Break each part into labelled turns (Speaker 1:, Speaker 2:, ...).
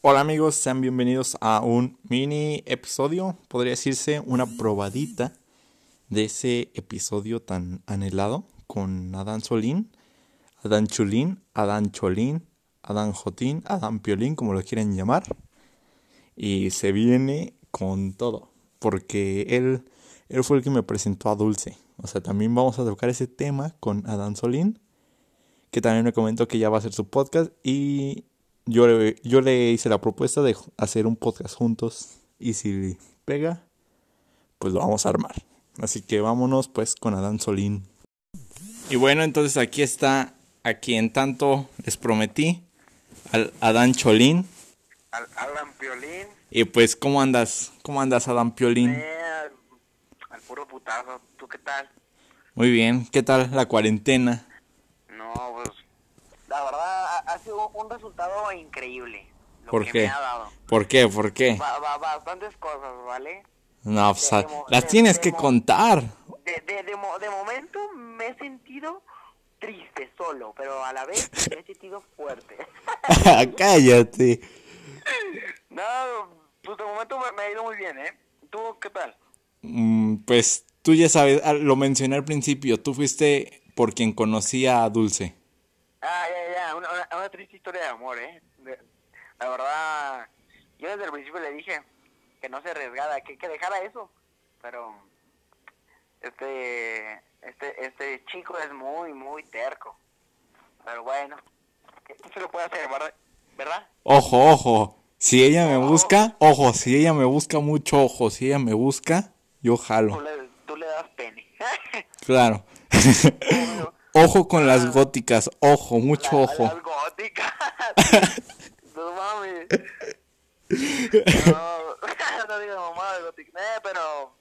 Speaker 1: Hola amigos, sean bienvenidos a un mini episodio, podría decirse una probadita de ese episodio tan anhelado con Adán Solín, Adán Chulín, Adán Cholín, Adán Jotín, Adán Piolín, como lo quieran llamar. Y se viene con todo, porque él, él fue el que me presentó a Dulce. O sea, también vamos a tocar ese tema con Adán Solín, que también me comentó que ya va a hacer su podcast y yo le, yo le hice la propuesta de hacer un podcast juntos y si pega, pues lo vamos a armar. Así que vámonos pues con Adán Solín. Y bueno, entonces aquí está, aquí en tanto les prometí, al Adán Cholín.
Speaker 2: Al Alan Piolín,
Speaker 1: Y pues, ¿cómo andas? ¿Cómo andas, Adán Piolín?
Speaker 2: eh, al, al puro putazo. ¿Tú qué tal?
Speaker 1: Muy bien, ¿qué tal la cuarentena?
Speaker 2: No, pues. La verdad, ha, ha sido un resultado increíble. Lo
Speaker 1: ¿Por
Speaker 2: que
Speaker 1: qué?
Speaker 2: me ha dado.
Speaker 1: ¿Por qué? ¿Por qué?
Speaker 2: Ba- ba- bastantes cosas, ¿vale?
Speaker 1: No, pues, a-
Speaker 2: Demo-
Speaker 1: las
Speaker 2: de-
Speaker 1: tienes que
Speaker 2: demo-
Speaker 1: contar.
Speaker 2: De, de, de, mo- de momento me he sentido triste solo, pero a la vez me he sentido fuerte.
Speaker 1: Cállate.
Speaker 2: no, pues de momento me, me ha ido muy bien, ¿eh? ¿Tú qué tal?
Speaker 1: Mm, Pues tú ya sabes, ah, lo mencioné al principio, tú fuiste por quien conocía a Dulce.
Speaker 2: Ah, ya, ya, una, una, una triste historia de amor, ¿eh? De- la verdad, yo desde el principio le dije que no se arriesgara, que, que dejara eso, pero este, este, este chico es muy, muy terco. Pero bueno, ¿qué se lo puede hacer, verdad? ¿Verdad?
Speaker 1: Ojo, ojo. Si ella me
Speaker 2: Ojo.
Speaker 1: busca, ojo, si ella me busca mucho, ojo, si ella me busca, yo
Speaker 2: Tú
Speaker 1: jalo.
Speaker 2: le, tú le das pene.
Speaker 1: Claro. ojo con las góticas, ojo, mucho
Speaker 2: La-
Speaker 1: ojo.
Speaker 2: Las góticas. no mames. No, no digo mamá góticas. Eh, pero,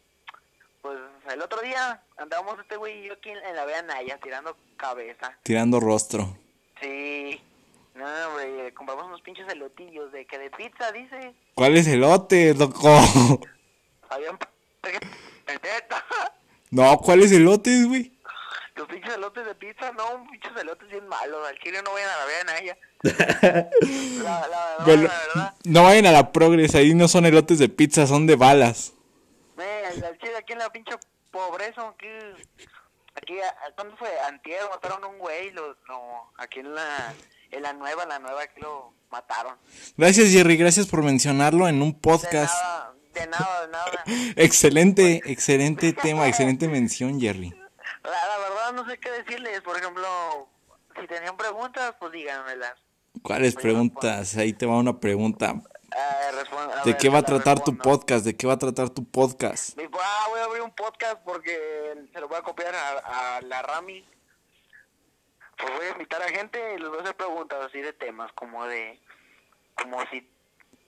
Speaker 2: pues el otro día andábamos este güey y yo aquí en, en la Vea Naya tirando cabeza.
Speaker 1: Tirando rostro.
Speaker 2: Sí. No, güey, compramos unos pinches elotillos de que de pizza, dice.
Speaker 1: ¿Cuál es el lote, loco?
Speaker 2: Habían. pa- Neta.
Speaker 1: No, ¿cuál es el lote, güey?
Speaker 2: Los pinches elotes de pizza, no, pinches elotes bien malos. Al chile no vayan a la Vea Naya. La, la, verdad,
Speaker 1: Velo-
Speaker 2: la verdad.
Speaker 1: No vayan a la progres, ahí no son elotes de pizza, son de balas.
Speaker 2: Eh, al- al chile aquí en la pinche pobreza, aquí, aquí, a- a- ¿cuándo fue? Antier mataron a un güey, lo, no, aquí en la, en la nueva, en la nueva aquí lo mataron.
Speaker 1: Gracias, Jerry, gracias por mencionarlo en un
Speaker 2: De
Speaker 1: podcast.
Speaker 2: nada, de nada, de nada.
Speaker 1: Excelente, excelente tema, excelente mención, Jerry.
Speaker 2: La, la verdad no sé qué decirles, por ejemplo, si tenían preguntas, pues díganmelas.
Speaker 1: ¿Cuáles preguntas? Ahí te va una pregunta.
Speaker 2: Eh, respon-
Speaker 1: ¿De
Speaker 2: ver,
Speaker 1: qué va a
Speaker 2: la
Speaker 1: tratar tu
Speaker 2: respondo.
Speaker 1: podcast? ¿De qué va a tratar tu podcast?
Speaker 2: Me dijo, ah, voy a abrir un podcast porque se lo voy a copiar a, a la Rami. Pues voy a invitar a gente y les voy a hacer preguntas así de temas, como de. Como si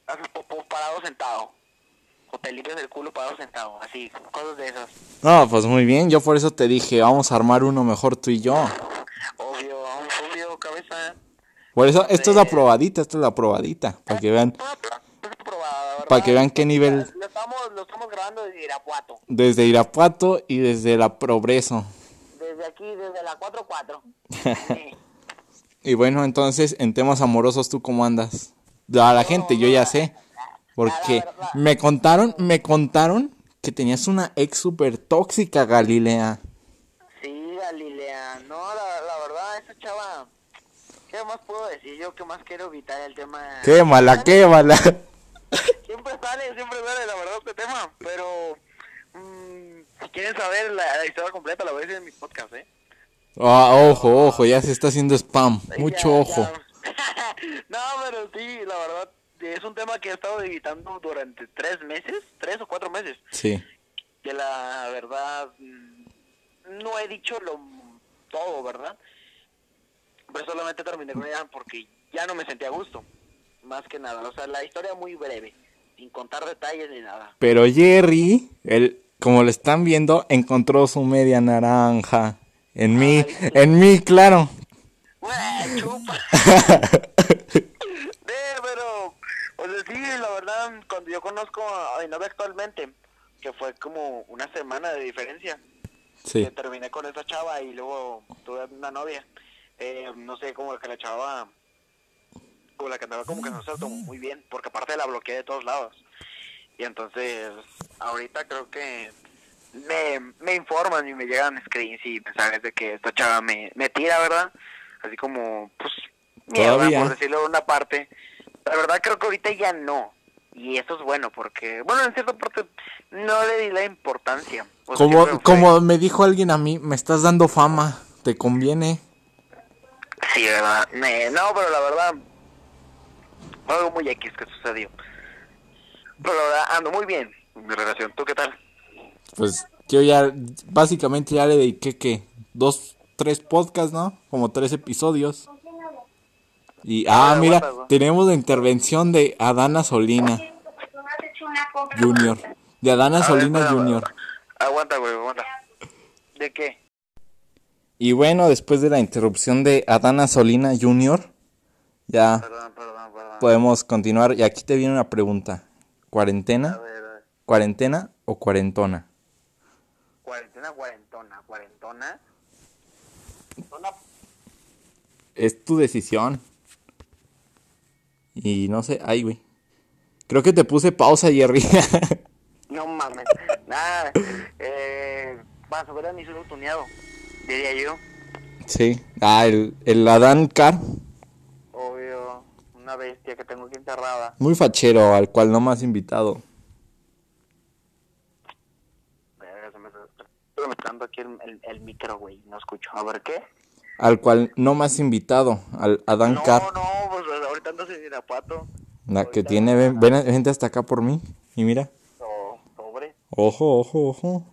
Speaker 2: haces popó parado sentado. O te limpias el culo parado sentado. Así, cosas de esas.
Speaker 1: No, pues muy bien, yo por eso te dije, vamos a armar uno mejor tú y yo.
Speaker 2: Obvio, obvio, cabeza.
Speaker 1: Por eso, esto es la probadita, esto es la probadita, para que vean,
Speaker 2: Es probada, ¿verdad?
Speaker 1: para que vean qué nivel
Speaker 2: Lo estamos, lo estamos grabando desde Irapuato.
Speaker 1: desde Irapuato y desde la Progreso.
Speaker 2: Desde aquí, desde la 4-4. Sí.
Speaker 1: Y bueno, entonces, en temas amorosos, ¿tú cómo andas? A la gente, yo ya sé. Porque me contaron, me contaron que tenías una ex súper tóxica, Galilea.
Speaker 2: Sí, Galilea. No, la, la verdad, esa chava. ¿Qué más puedo decir yo? ¿Qué más quiero evitar el tema?
Speaker 1: Quémala, quémala.
Speaker 2: Siempre sale, siempre sale, la verdad, este tema. Pero. mm, si quieren saber la, la historia completa, la voy a decir en mis podcasts, ¿eh?
Speaker 1: Ah, ojo, ojo, ya se está haciendo spam. Mucho
Speaker 2: Ya,
Speaker 1: ojo.
Speaker 2: ya. no, pero sí, la verdad, es un tema que he estado evitando durante tres meses, tres o cuatro meses.
Speaker 1: Sí.
Speaker 2: que la verdad mm, no he dicho lo todo, ¿verdad? Pero solamente terminé con ella porque ya no me sentía a gusto, más que nada. O sea, la historia muy breve, sin contar detalles ni nada.
Speaker 1: Pero Jerry, él, como lo están viendo, encontró su media naranja. En mí, en mí, claro.
Speaker 2: Güey, chupa. Eh, pero, o sea, sí, la verdad, cuando yo conozco a mi novia actualmente, que fue como una semana de diferencia,
Speaker 1: Sí.
Speaker 2: que terminé con esa chava y luego tuve una novia. Eh, no sé, como que la chava la cantaba como que no se muy bien, porque aparte la bloqueé de todos lados. Y entonces, ahorita creo que me, me informan y me llegan screens y mensajes de que esta chava me, me tira, ¿verdad? Así como, pues, mierda,
Speaker 1: Todavía.
Speaker 2: por decirlo de una parte. La verdad creo que ahorita ya no. Y eso es bueno, porque, bueno, en cierta parte no le di la importancia. O sea, siempre
Speaker 1: Como,
Speaker 2: fue-
Speaker 1: como me dijo alguien a mí, me estás dando fama, te conviene.
Speaker 2: Sí, ¿verdad? Me- no, pero la verdad, fue algo muy X que sucedió. Pero la verdad, ando muy bien en mi relación. ¿Tú qué tal?
Speaker 1: Pues yo ya, básicamente ya le dediqué que dos, tres podcasts, ¿no? Como tres episodios. Y, ah,
Speaker 2: Ahora
Speaker 1: mira,
Speaker 2: aguanta, güey.
Speaker 1: tenemos la intervención de Adana Solina Junior. Ah, De Adana
Speaker 2: A ver,
Speaker 1: Solina
Speaker 2: espera,
Speaker 1: Junior.
Speaker 2: Aguanta, güey, aguanta. ¿De qué?
Speaker 1: Y bueno, después de la interrupción de Adana Solina Junior, ya
Speaker 2: Perdón, perdón, perdón.
Speaker 1: podemos continuar. Y aquí te viene una pregunta.
Speaker 2: A
Speaker 1: ¿Cuarentena?
Speaker 2: ver, a ver.
Speaker 1: ¿Cuarentena o cuarentona?
Speaker 2: cuarentena, cuarentona, cuarentona. Una-
Speaker 1: Es tu decisión. Y no sé, ay, güey. Creo que te puse pausa, Jerry.
Speaker 2: No mames. Nada. Eh, vas a ver a mi solo tuneado, diría yo.
Speaker 1: sí. Ah, el, el Adán Car.
Speaker 2: Obvio, una bestia que tengo aquí encerrada.
Speaker 1: Muy fachero, al cual no me has invitado.
Speaker 2: Verga, se me está se me está dando aquí el, el- el micro, güey. No escucho. A ver, ¿qué?
Speaker 1: Al cual no me has invitado. Al Adán
Speaker 2: No,
Speaker 1: Car.
Speaker 2: no, pues ahorita andas en Irapuato.
Speaker 1: La que tiene. Ven, ven- vente hasta acá por mí. Y mira.
Speaker 2: No, sobre.
Speaker 1: Ojo, ojo, ojo.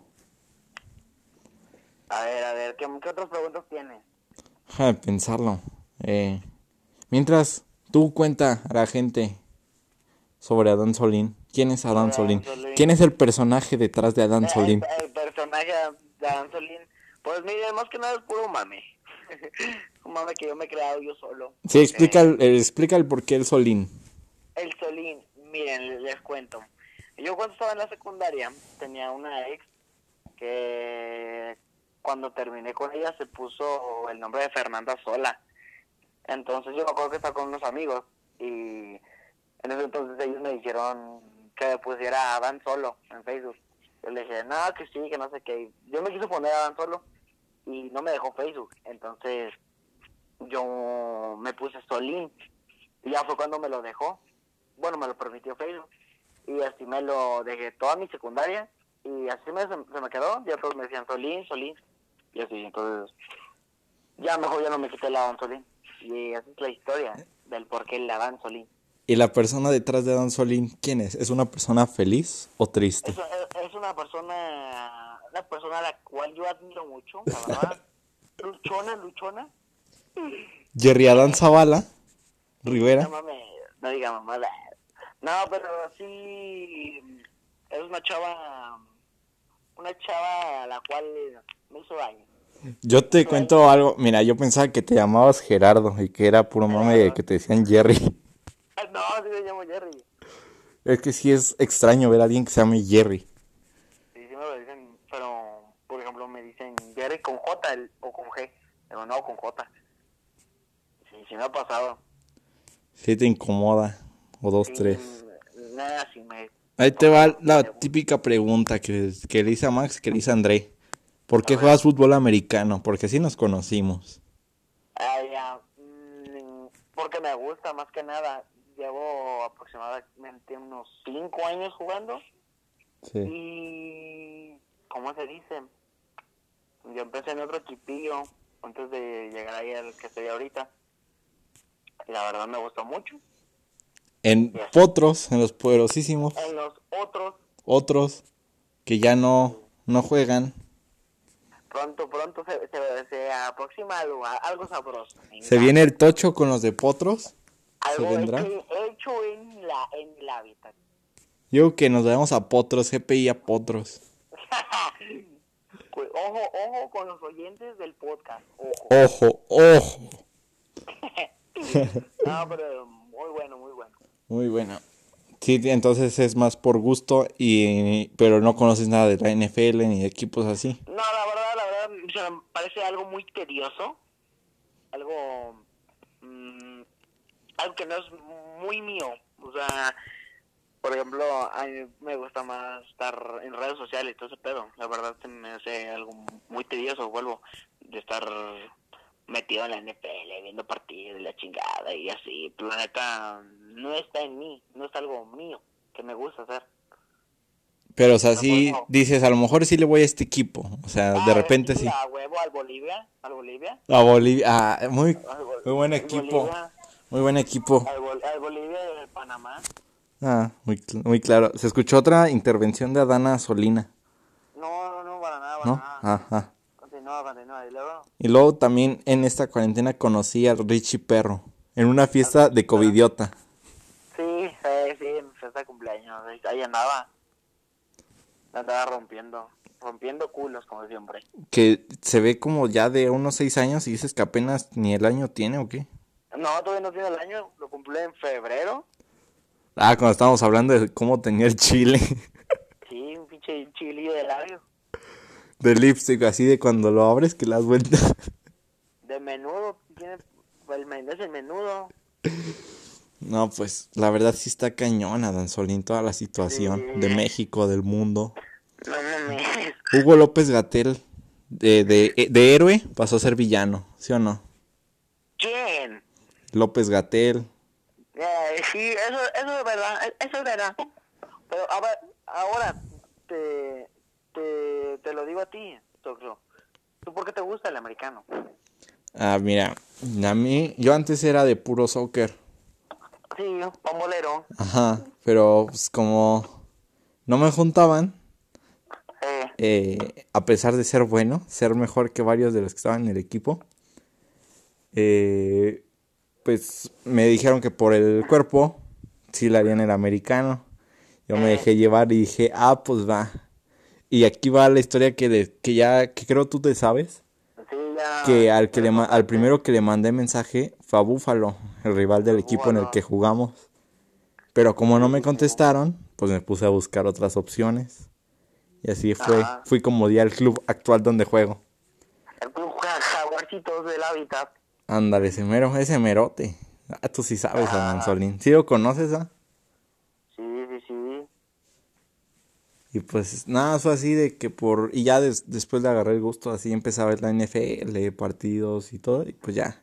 Speaker 2: A ver, a ver, ¿qué, qué otras preguntas tienes?
Speaker 1: Deja de pensarlo. Eh, mientras, tú cuenta a la gente sobre Adán Solín. ¿Quién es Adán
Speaker 2: Sobre Adán
Speaker 1: Solín?
Speaker 2: Solín.
Speaker 1: ¿Quién es el personaje detrás de Adán
Speaker 2: Eh,
Speaker 1: Solín?
Speaker 2: El, el personaje de Adán Solín, pues miren, más que nada es puro mame. Un mame que yo me he creado yo solo.
Speaker 1: Sí, explica el, el- explica el por qué el Solín.
Speaker 2: El Solín, miren, les, les cuento. Yo cuando estaba en la secundaria tenía una ex que cuando terminé con ella se puso el nombre de Fernanda Sola. Entonces yo me acuerdo que estaba con unos amigos y en ese entonces ellos me dijeron que me pusiera Adán Solo en Facebook. Yo le dije, no, que sí, que no sé qué. Yo me quise poner Adán Solo y no me dejó Facebook. Entonces yo me puse Solín y ya fue cuando me lo dejó. Bueno, me lo permitió Facebook. Y así me lo dejé toda mi secundaria. Y así me, se, se me quedó. Ya todos me decían Solín, Solín. Y así, entonces. Ya mejor ya no me quité el Adán Solín. Y esa es la historia del por qué el Adán Solín.
Speaker 1: ¿Y la persona detrás de Adán Solín quién es? ¿Es una persona feliz o triste?
Speaker 2: Es, es una persona. Una persona a la cual yo admiro mucho, la verdad. Luchona, luchona.
Speaker 1: Jerry Adán Zavala
Speaker 2: No
Speaker 1: Rivera.
Speaker 2: mames, no diga mamada. No, pero sí. Es una chava. Una chava a la cual me hizo daño.
Speaker 1: Yo te cuento algo. Mira, yo pensaba que te llamabas Gerardo y que era puro mame de que te decían Jerry.
Speaker 2: Ah, No, sí me llamo Jerry.
Speaker 1: Es que sí es extraño ver a alguien que se llame Jerry.
Speaker 2: Sí, sí me lo dicen, pero por ejemplo me dicen Jerry con J el- o con G. Digo, no, con J. Sí, sí me ha pasado.
Speaker 1: Si te incomoda. O dos,
Speaker 2: Sí,
Speaker 1: tres.
Speaker 2: Nada, sí me.
Speaker 1: Ahí te va la típica pregunta que, que le hice a Max, que le hice a André. ¿Por qué juegas fútbol americano? Porque así nos conocimos.
Speaker 2: Ah, ya. mm, Porque me gusta más que nada. Llevo aproximadamente unos 5 años jugando.
Speaker 1: Sí.
Speaker 2: Y. ¿Cómo se dice? Yo empecé en otro equipillo antes de llegar ahí al que estoy ahorita. La verdad me gustó mucho.
Speaker 1: En Potros, en los poderosísimos,
Speaker 2: En los otros,
Speaker 1: otros que ya no, no juegan,
Speaker 2: pronto, pronto se, se, se aproxima algo, a- algo sabroso. Me
Speaker 1: se
Speaker 2: encanta.
Speaker 1: viene el tocho con los de Potros.
Speaker 2: algo
Speaker 1: se vendrá.
Speaker 2: Hecho, hecho en, la, en el hábitat.
Speaker 1: Yo que nos vamos a Potros, GPI a Potros.
Speaker 2: Cu- Ojo, ojo con los oyentes del podcast. Ojo.
Speaker 1: Ojo, ojo.
Speaker 2: No, pero muy bueno, muy bueno.
Speaker 1: Muy bueno. Sí, entonces es más por gusto y pero no conoces nada de la NFL ni de equipos así.
Speaker 2: No, la verdad, la verdad, se me parece algo muy tedioso. Algo. mm, algo que no es muy mío. O sea, por ejemplo, a mí me gusta más estar en redes sociales y todo ese pedo. La verdad se me hace algo muy tedioso, vuelvo, de estar metido en la NFL, viendo partidos y la chingada y así. Pero la neta, no está en mí, no es algo mío que me gusta hacer.
Speaker 1: Pero, o sea,
Speaker 2: No,
Speaker 1: sí
Speaker 2: pues, no.
Speaker 1: dices, a lo mejor sí le voy a este equipo. O sea, de
Speaker 2: Ah,
Speaker 1: repente
Speaker 2: sí,
Speaker 1: sí.
Speaker 2: A huevo, al Bolivia, al Bolivia.
Speaker 1: A Bolivia. ah, muy,
Speaker 2: al Bol-
Speaker 1: muy buen
Speaker 2: al
Speaker 1: equipo.
Speaker 2: Bolivia,
Speaker 1: Muy buen equipo.
Speaker 2: al, Bol- al Bolivia de Panamá.
Speaker 1: Ah, muy, cl- muy claro. Se escuchó otra intervención de Adana Solina,
Speaker 2: No, no, no, para nada, para
Speaker 1: ¿no? Ah.
Speaker 2: nada.
Speaker 1: Ajá.
Speaker 2: Continúa, continúa. Y luego,
Speaker 1: Y luego también en esta cuarentena conocí a Richie Perro. En una fiesta de covidiota.
Speaker 2: sí, sí, sí, en fiesta de cumpleaños. ahí- Ahí andaba. La andaba rompiendo. Rompiendo culos, como siempre.
Speaker 1: Que se ve como ya de unos seis años y dices que apenas ni el año tiene o qué.
Speaker 2: No, todavía no tiene el año. Lo cumple en febrero.
Speaker 1: Ah, cuando estábamos hablando de cómo tenía el chile.
Speaker 2: Sí, un pinche chilillo de labio.
Speaker 1: De lipstick, así de cuando lo abres que las vueltas.
Speaker 2: De menudo. Tiene, el, men- es el menudo.
Speaker 1: No, pues la verdad sí está cañona, Dan Solín, toda la situación de México, del mundo.
Speaker 2: No mames.
Speaker 1: Hugo López Gatel, de, de, de héroe, pasó a ser villano, ¿sí o no?
Speaker 2: ¿Quién?
Speaker 1: López Gatel.
Speaker 2: Eh, sí, eso, eso es verdad, eh, eso es verdad. Pero a ver, ahora te, te, te lo digo a ti, Tokio. ¿Tú por qué te gusta el americano?
Speaker 1: Ah, mira, a mí, yo antes era de puro soccer.
Speaker 2: Sí, pambolero.
Speaker 1: Ajá, pero pues como no me juntaban,
Speaker 2: Eh,
Speaker 1: eh, a pesar de ser bueno, ser mejor que varios de los que estaban en el equipo, eh, pues me dijeron que por el cuerpo sí la harían el americano. Yo me dejé llevar y dije, ah, pues va. Y aquí va la historia que, le- que ya, que creo tú te sabes,
Speaker 2: sí, ya.
Speaker 1: que al, que le ma- al primero que le mandé mensaje fue a Búfalo, el rival del equipo en el
Speaker 2: Búfalo.
Speaker 1: que jugamos. Pero como no me contestaron, pues me puse a buscar otras opciones. Y así fue,
Speaker 2: Ajá.
Speaker 1: fui como di al club actual donde juego.
Speaker 2: El club ja- Jaguarcitos del Hábitat.
Speaker 1: Ándale, ese mero, ese merote. Ah, tú sí sabes a Mansolín. ¿Sí lo conoces, ah?
Speaker 2: Sí, sí, sí.
Speaker 1: Y pues nada, fue así de que por... Y ya des- después le agarré el gusto, así empecé a ver la NFL, partidos y todo, y pues ya.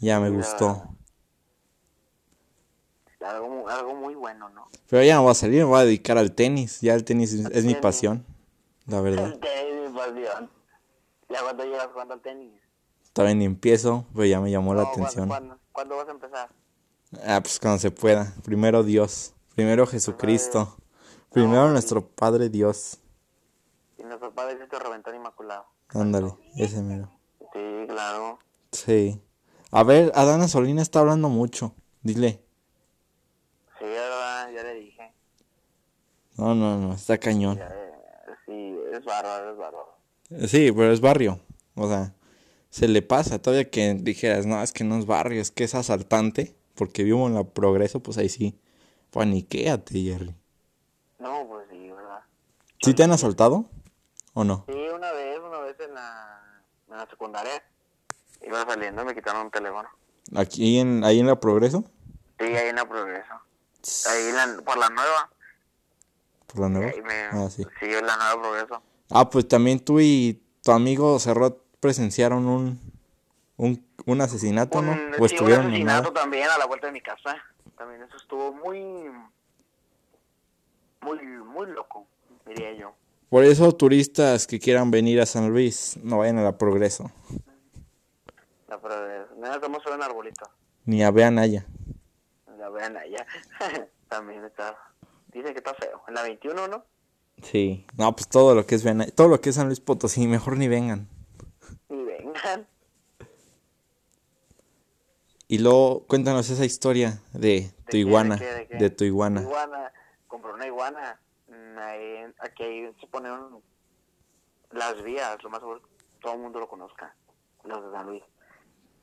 Speaker 1: Ya me gustó.
Speaker 2: Algo, mu- algo muy bueno, ¿no?
Speaker 1: Pero ya no voy a salir, me voy a dedicar al tenis. Ya el tenis es, es mi
Speaker 2: tenis.
Speaker 1: pasión, la verdad.
Speaker 2: El tenis, por Dios. ¿Ya cuando llevas jugando al tenis?
Speaker 1: Todavía ni empiezo, pero ya me llamó la
Speaker 2: No, ¿cuándo-
Speaker 1: atención.
Speaker 2: cuándo- ¿Cuándo vas a empezar?
Speaker 1: Ah, pues cuando se pueda. Primero Dios. Primero
Speaker 2: Ah,
Speaker 1: Jesucristo. Primero nuestro Padre Dios.
Speaker 2: Y nuestro padre Cristo Reventor Inmaculado.
Speaker 1: Ándale, ese mero.
Speaker 2: Sí, claro.
Speaker 1: Sí. A ver, Adana Solina está hablando mucho. Dile.
Speaker 2: Sí, es verdad, ya le dije.
Speaker 1: No, no, no, está cañón.
Speaker 2: Eh, sí, es bárbaro, es bárbaro.
Speaker 1: Sí, pero es barrio. O sea, se le pasa. Todavía que dijeras, no, es que no es barrio, es que es asaltante. Porque vivo en la progreso, pues ahí sí. Paniquéate, Jerry.
Speaker 2: No, pues sí, ¿verdad?
Speaker 1: ¿Sí te han asaltado? ¿O no?
Speaker 2: Sí, una vez, una vez en la, en la secundaria. Iba saliendo y me quitaron un teléfono.
Speaker 1: Aquí en, ahí en la progreso.
Speaker 2: Sí, ahí en la Progreso. Ahí en la- por la nueva.
Speaker 1: Por la nueva.
Speaker 2: Ahí me,
Speaker 1: Ah, sí.
Speaker 2: en la nueva Progreso.
Speaker 1: Ah, pues también tú y tu amigo Serrat presenciaron un, un, un asesinato, ¿no?
Speaker 2: Un,
Speaker 1: o
Speaker 2: sí, un
Speaker 1: estuvieron en
Speaker 2: asesinato
Speaker 1: nada.
Speaker 2: también a la vuelta de mi casa. También eso estuvo muy, muy, muy loco, diría yo.
Speaker 1: Por eso, turistas que quieran venir a San Luis, no vayan a la Progreso,
Speaker 2: La Progreso. No, estamos solo en arbolito.
Speaker 1: ni a Vean allá.
Speaker 2: La vean allá. También está. Dicen que está feo. En la 21, ¿no?
Speaker 1: Sí. No, pues todo lo que es Veanaya- todo lo que es San Luis Potosí, mejor ni vengan.
Speaker 2: Ni vengan.
Speaker 1: Y luego cuéntanos esa historia de tu
Speaker 2: qué,
Speaker 1: iguana,
Speaker 2: de qué, de qué?
Speaker 1: tu iguana.
Speaker 2: Iguana. Compró una iguana. Mm, ahí- aquí ahí se ponen las vías, lo más seguro. que Todo el mundo lo conozca. Los de San Luis.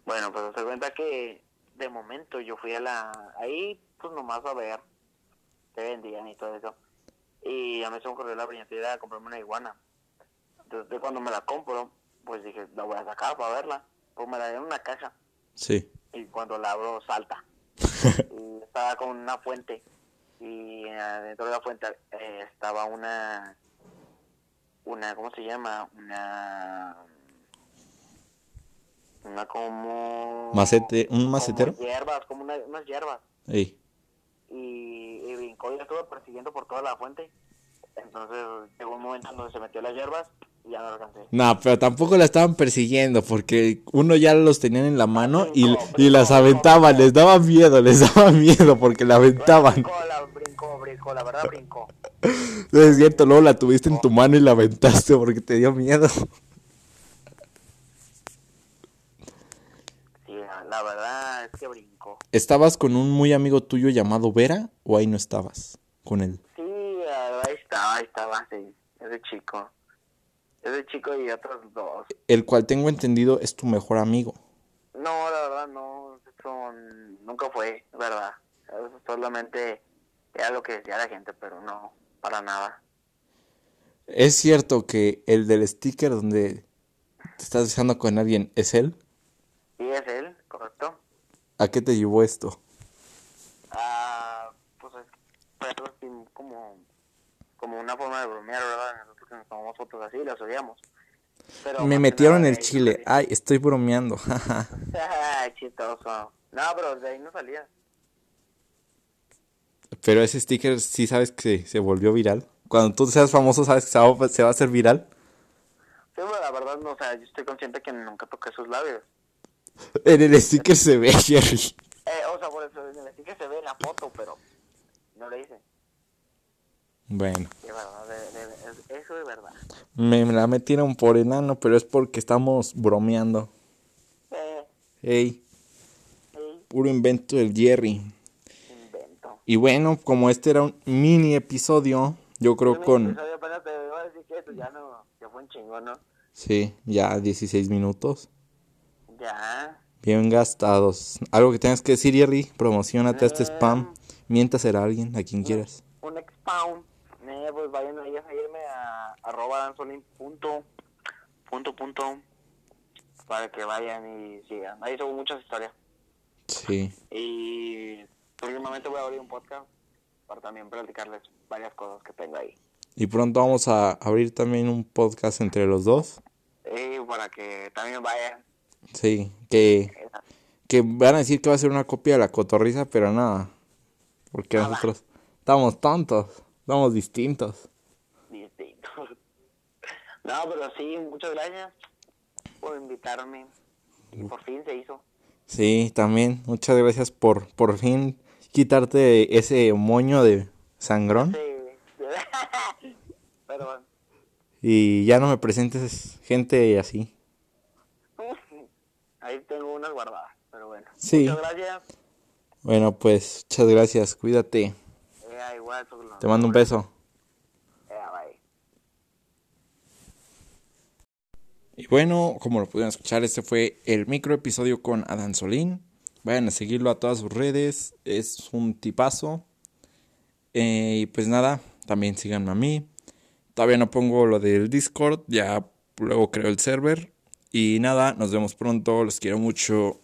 Speaker 2: Bueno, pues se cuenta que de momento yo fui a la... Ahí, pues nomás a ver. Te vendían y todo eso. Y a mí se me ocurrió la brillante idea de comprarme una iguana. Entonces cuando me la compro, pues dije, la voy a sacar para verla. Pues me la dieron en una caja.
Speaker 1: Sí.
Speaker 2: y cuando la abro salta. Y estaba con una fuente y adentro de la fuente eh, estaba una, una, ¿cómo se llama? Una, una como...
Speaker 1: Macete, un
Speaker 2: como
Speaker 1: macetero.
Speaker 2: hierbas, como una- unas hierbas.
Speaker 1: Ey.
Speaker 2: y, y brincó y la estuvo persiguiendo por toda la fuente. Entonces llegó un momento en donde se metió las hierbas y ya no lo alcancé.
Speaker 1: No, pero tampoco la estaban persiguiendo porque uno ya los tenían en la mano y, y las aventaban, les daba miedo, les daba miedo porque la aventaban.
Speaker 2: Brincó, la, brincó, brincó, la verdad brincó.
Speaker 1: Es cierto, luego la tuviste en tu mano y la aventaste porque te dio miedo.
Speaker 2: Sí, la, la verdad es que brincó.
Speaker 1: ¿Estabas con un muy amigo tuyo llamado Vera o ahí no estabas con él?
Speaker 2: Sí, ahí estaba, ahí estaba, sí. Ese chico. Ese chico y otros dos.
Speaker 1: El cual tengo entendido es tu mejor amigo.
Speaker 2: No, la verdad no, eso nunca fue, verdad. Eso solamente era lo que decía la gente, pero no, para nada.
Speaker 1: ¿Es cierto que el del sticker donde te estás besando con alguien es él?
Speaker 2: Sí, es él, correcto.
Speaker 1: ¿A qué te llevó esto?
Speaker 2: Ah, pues es que nosotros tim- como, como una forma de bromear, ¿verdad? Nosotros que nos tomamos fotos así y las subíamos. Pero más
Speaker 1: Me
Speaker 2: que
Speaker 1: metieron
Speaker 2: nada,
Speaker 1: el
Speaker 2: de ahí
Speaker 1: chile.
Speaker 2: no
Speaker 1: Ay, estoy bromeando. jaja.
Speaker 2: salía. Ay, chistoso. No, pero de ahí no salía.
Speaker 1: Pero ese sticker sí sabes que se volvió viral. Cuando tú seas famoso sabes que se va, se va a hacer viral.
Speaker 2: Sí, pero la verdad, no, o sea, yo estoy consciente que nunca toqué sus labios.
Speaker 1: En el sticker se ve, Jerry.
Speaker 2: Eh, o sea, por eso, en el sí que se ve en la foto, pero no lo hice.
Speaker 1: Bueno,
Speaker 2: Sí, verdad, de- de- es- eso es verdad.
Speaker 1: me, me la metieron por enano, pero es porque estamos bromeando.
Speaker 2: Eh,
Speaker 1: Ey,
Speaker 2: sí,
Speaker 1: puro invento del Jerry.
Speaker 2: invento.
Speaker 1: Y bueno, como este era un mini episodio, yo creo
Speaker 2: Yo
Speaker 1: con...
Speaker 2: me episodio apenas te iba a decir que eso ya no, ya fue un chingón, ¿no?
Speaker 1: Sí, ya 16 minutos.
Speaker 2: Ya.
Speaker 1: Bien gastados. Algo que tengas que decir, Jerry. Promocionate a este
Speaker 2: Eh,
Speaker 1: spam. Mientas a alguien, a quien quieras.
Speaker 2: un expound, eh, pues vayan ahí a seguirme a arroba danzolin punto, punto, punto, para que vayan y sigan. Ahí subo muchas historias.
Speaker 1: Sí.
Speaker 2: Y próximamente voy a abrir un podcast para también platicarles varias cosas que tengo ahí.
Speaker 1: Y pronto vamos a abrir también un podcast entre los dos.
Speaker 2: Y para que también vayan.
Speaker 1: Sí, que, que van a decir que va a ser una copia de la cotorriza, pero nada. Porque nosotros estamos tontos, estamos distintos.
Speaker 2: Distinto. No, pero sí, muchas gracias por invitarme.
Speaker 1: Mm.
Speaker 2: Y por fin se hizo.
Speaker 1: Sí, también. Muchas gracias por por fin quitarte ese moño de sangrón.
Speaker 2: Sí. Pero bueno.
Speaker 1: Y ya no me presentes gente así.
Speaker 2: Ahí tengo unas guardadas, pero bueno.
Speaker 1: Sí.
Speaker 2: Muchas gracias.
Speaker 1: Bueno, pues muchas gracias. Cuídate.
Speaker 2: Eh, igual, Soglo.
Speaker 1: Te mando un beso.
Speaker 2: Eh, bye.
Speaker 1: Y bueno, como lo pudieron escuchar, este fue el micro episodio con Adán Solín. Vayan a seguirlo a todas sus redes, es un tipazo. Eh, y pues nada, también síganme a mí. Todavía no pongo lo del Discord, ya luego creo el server. Y nada, nos vemos pronto, los quiero mucho.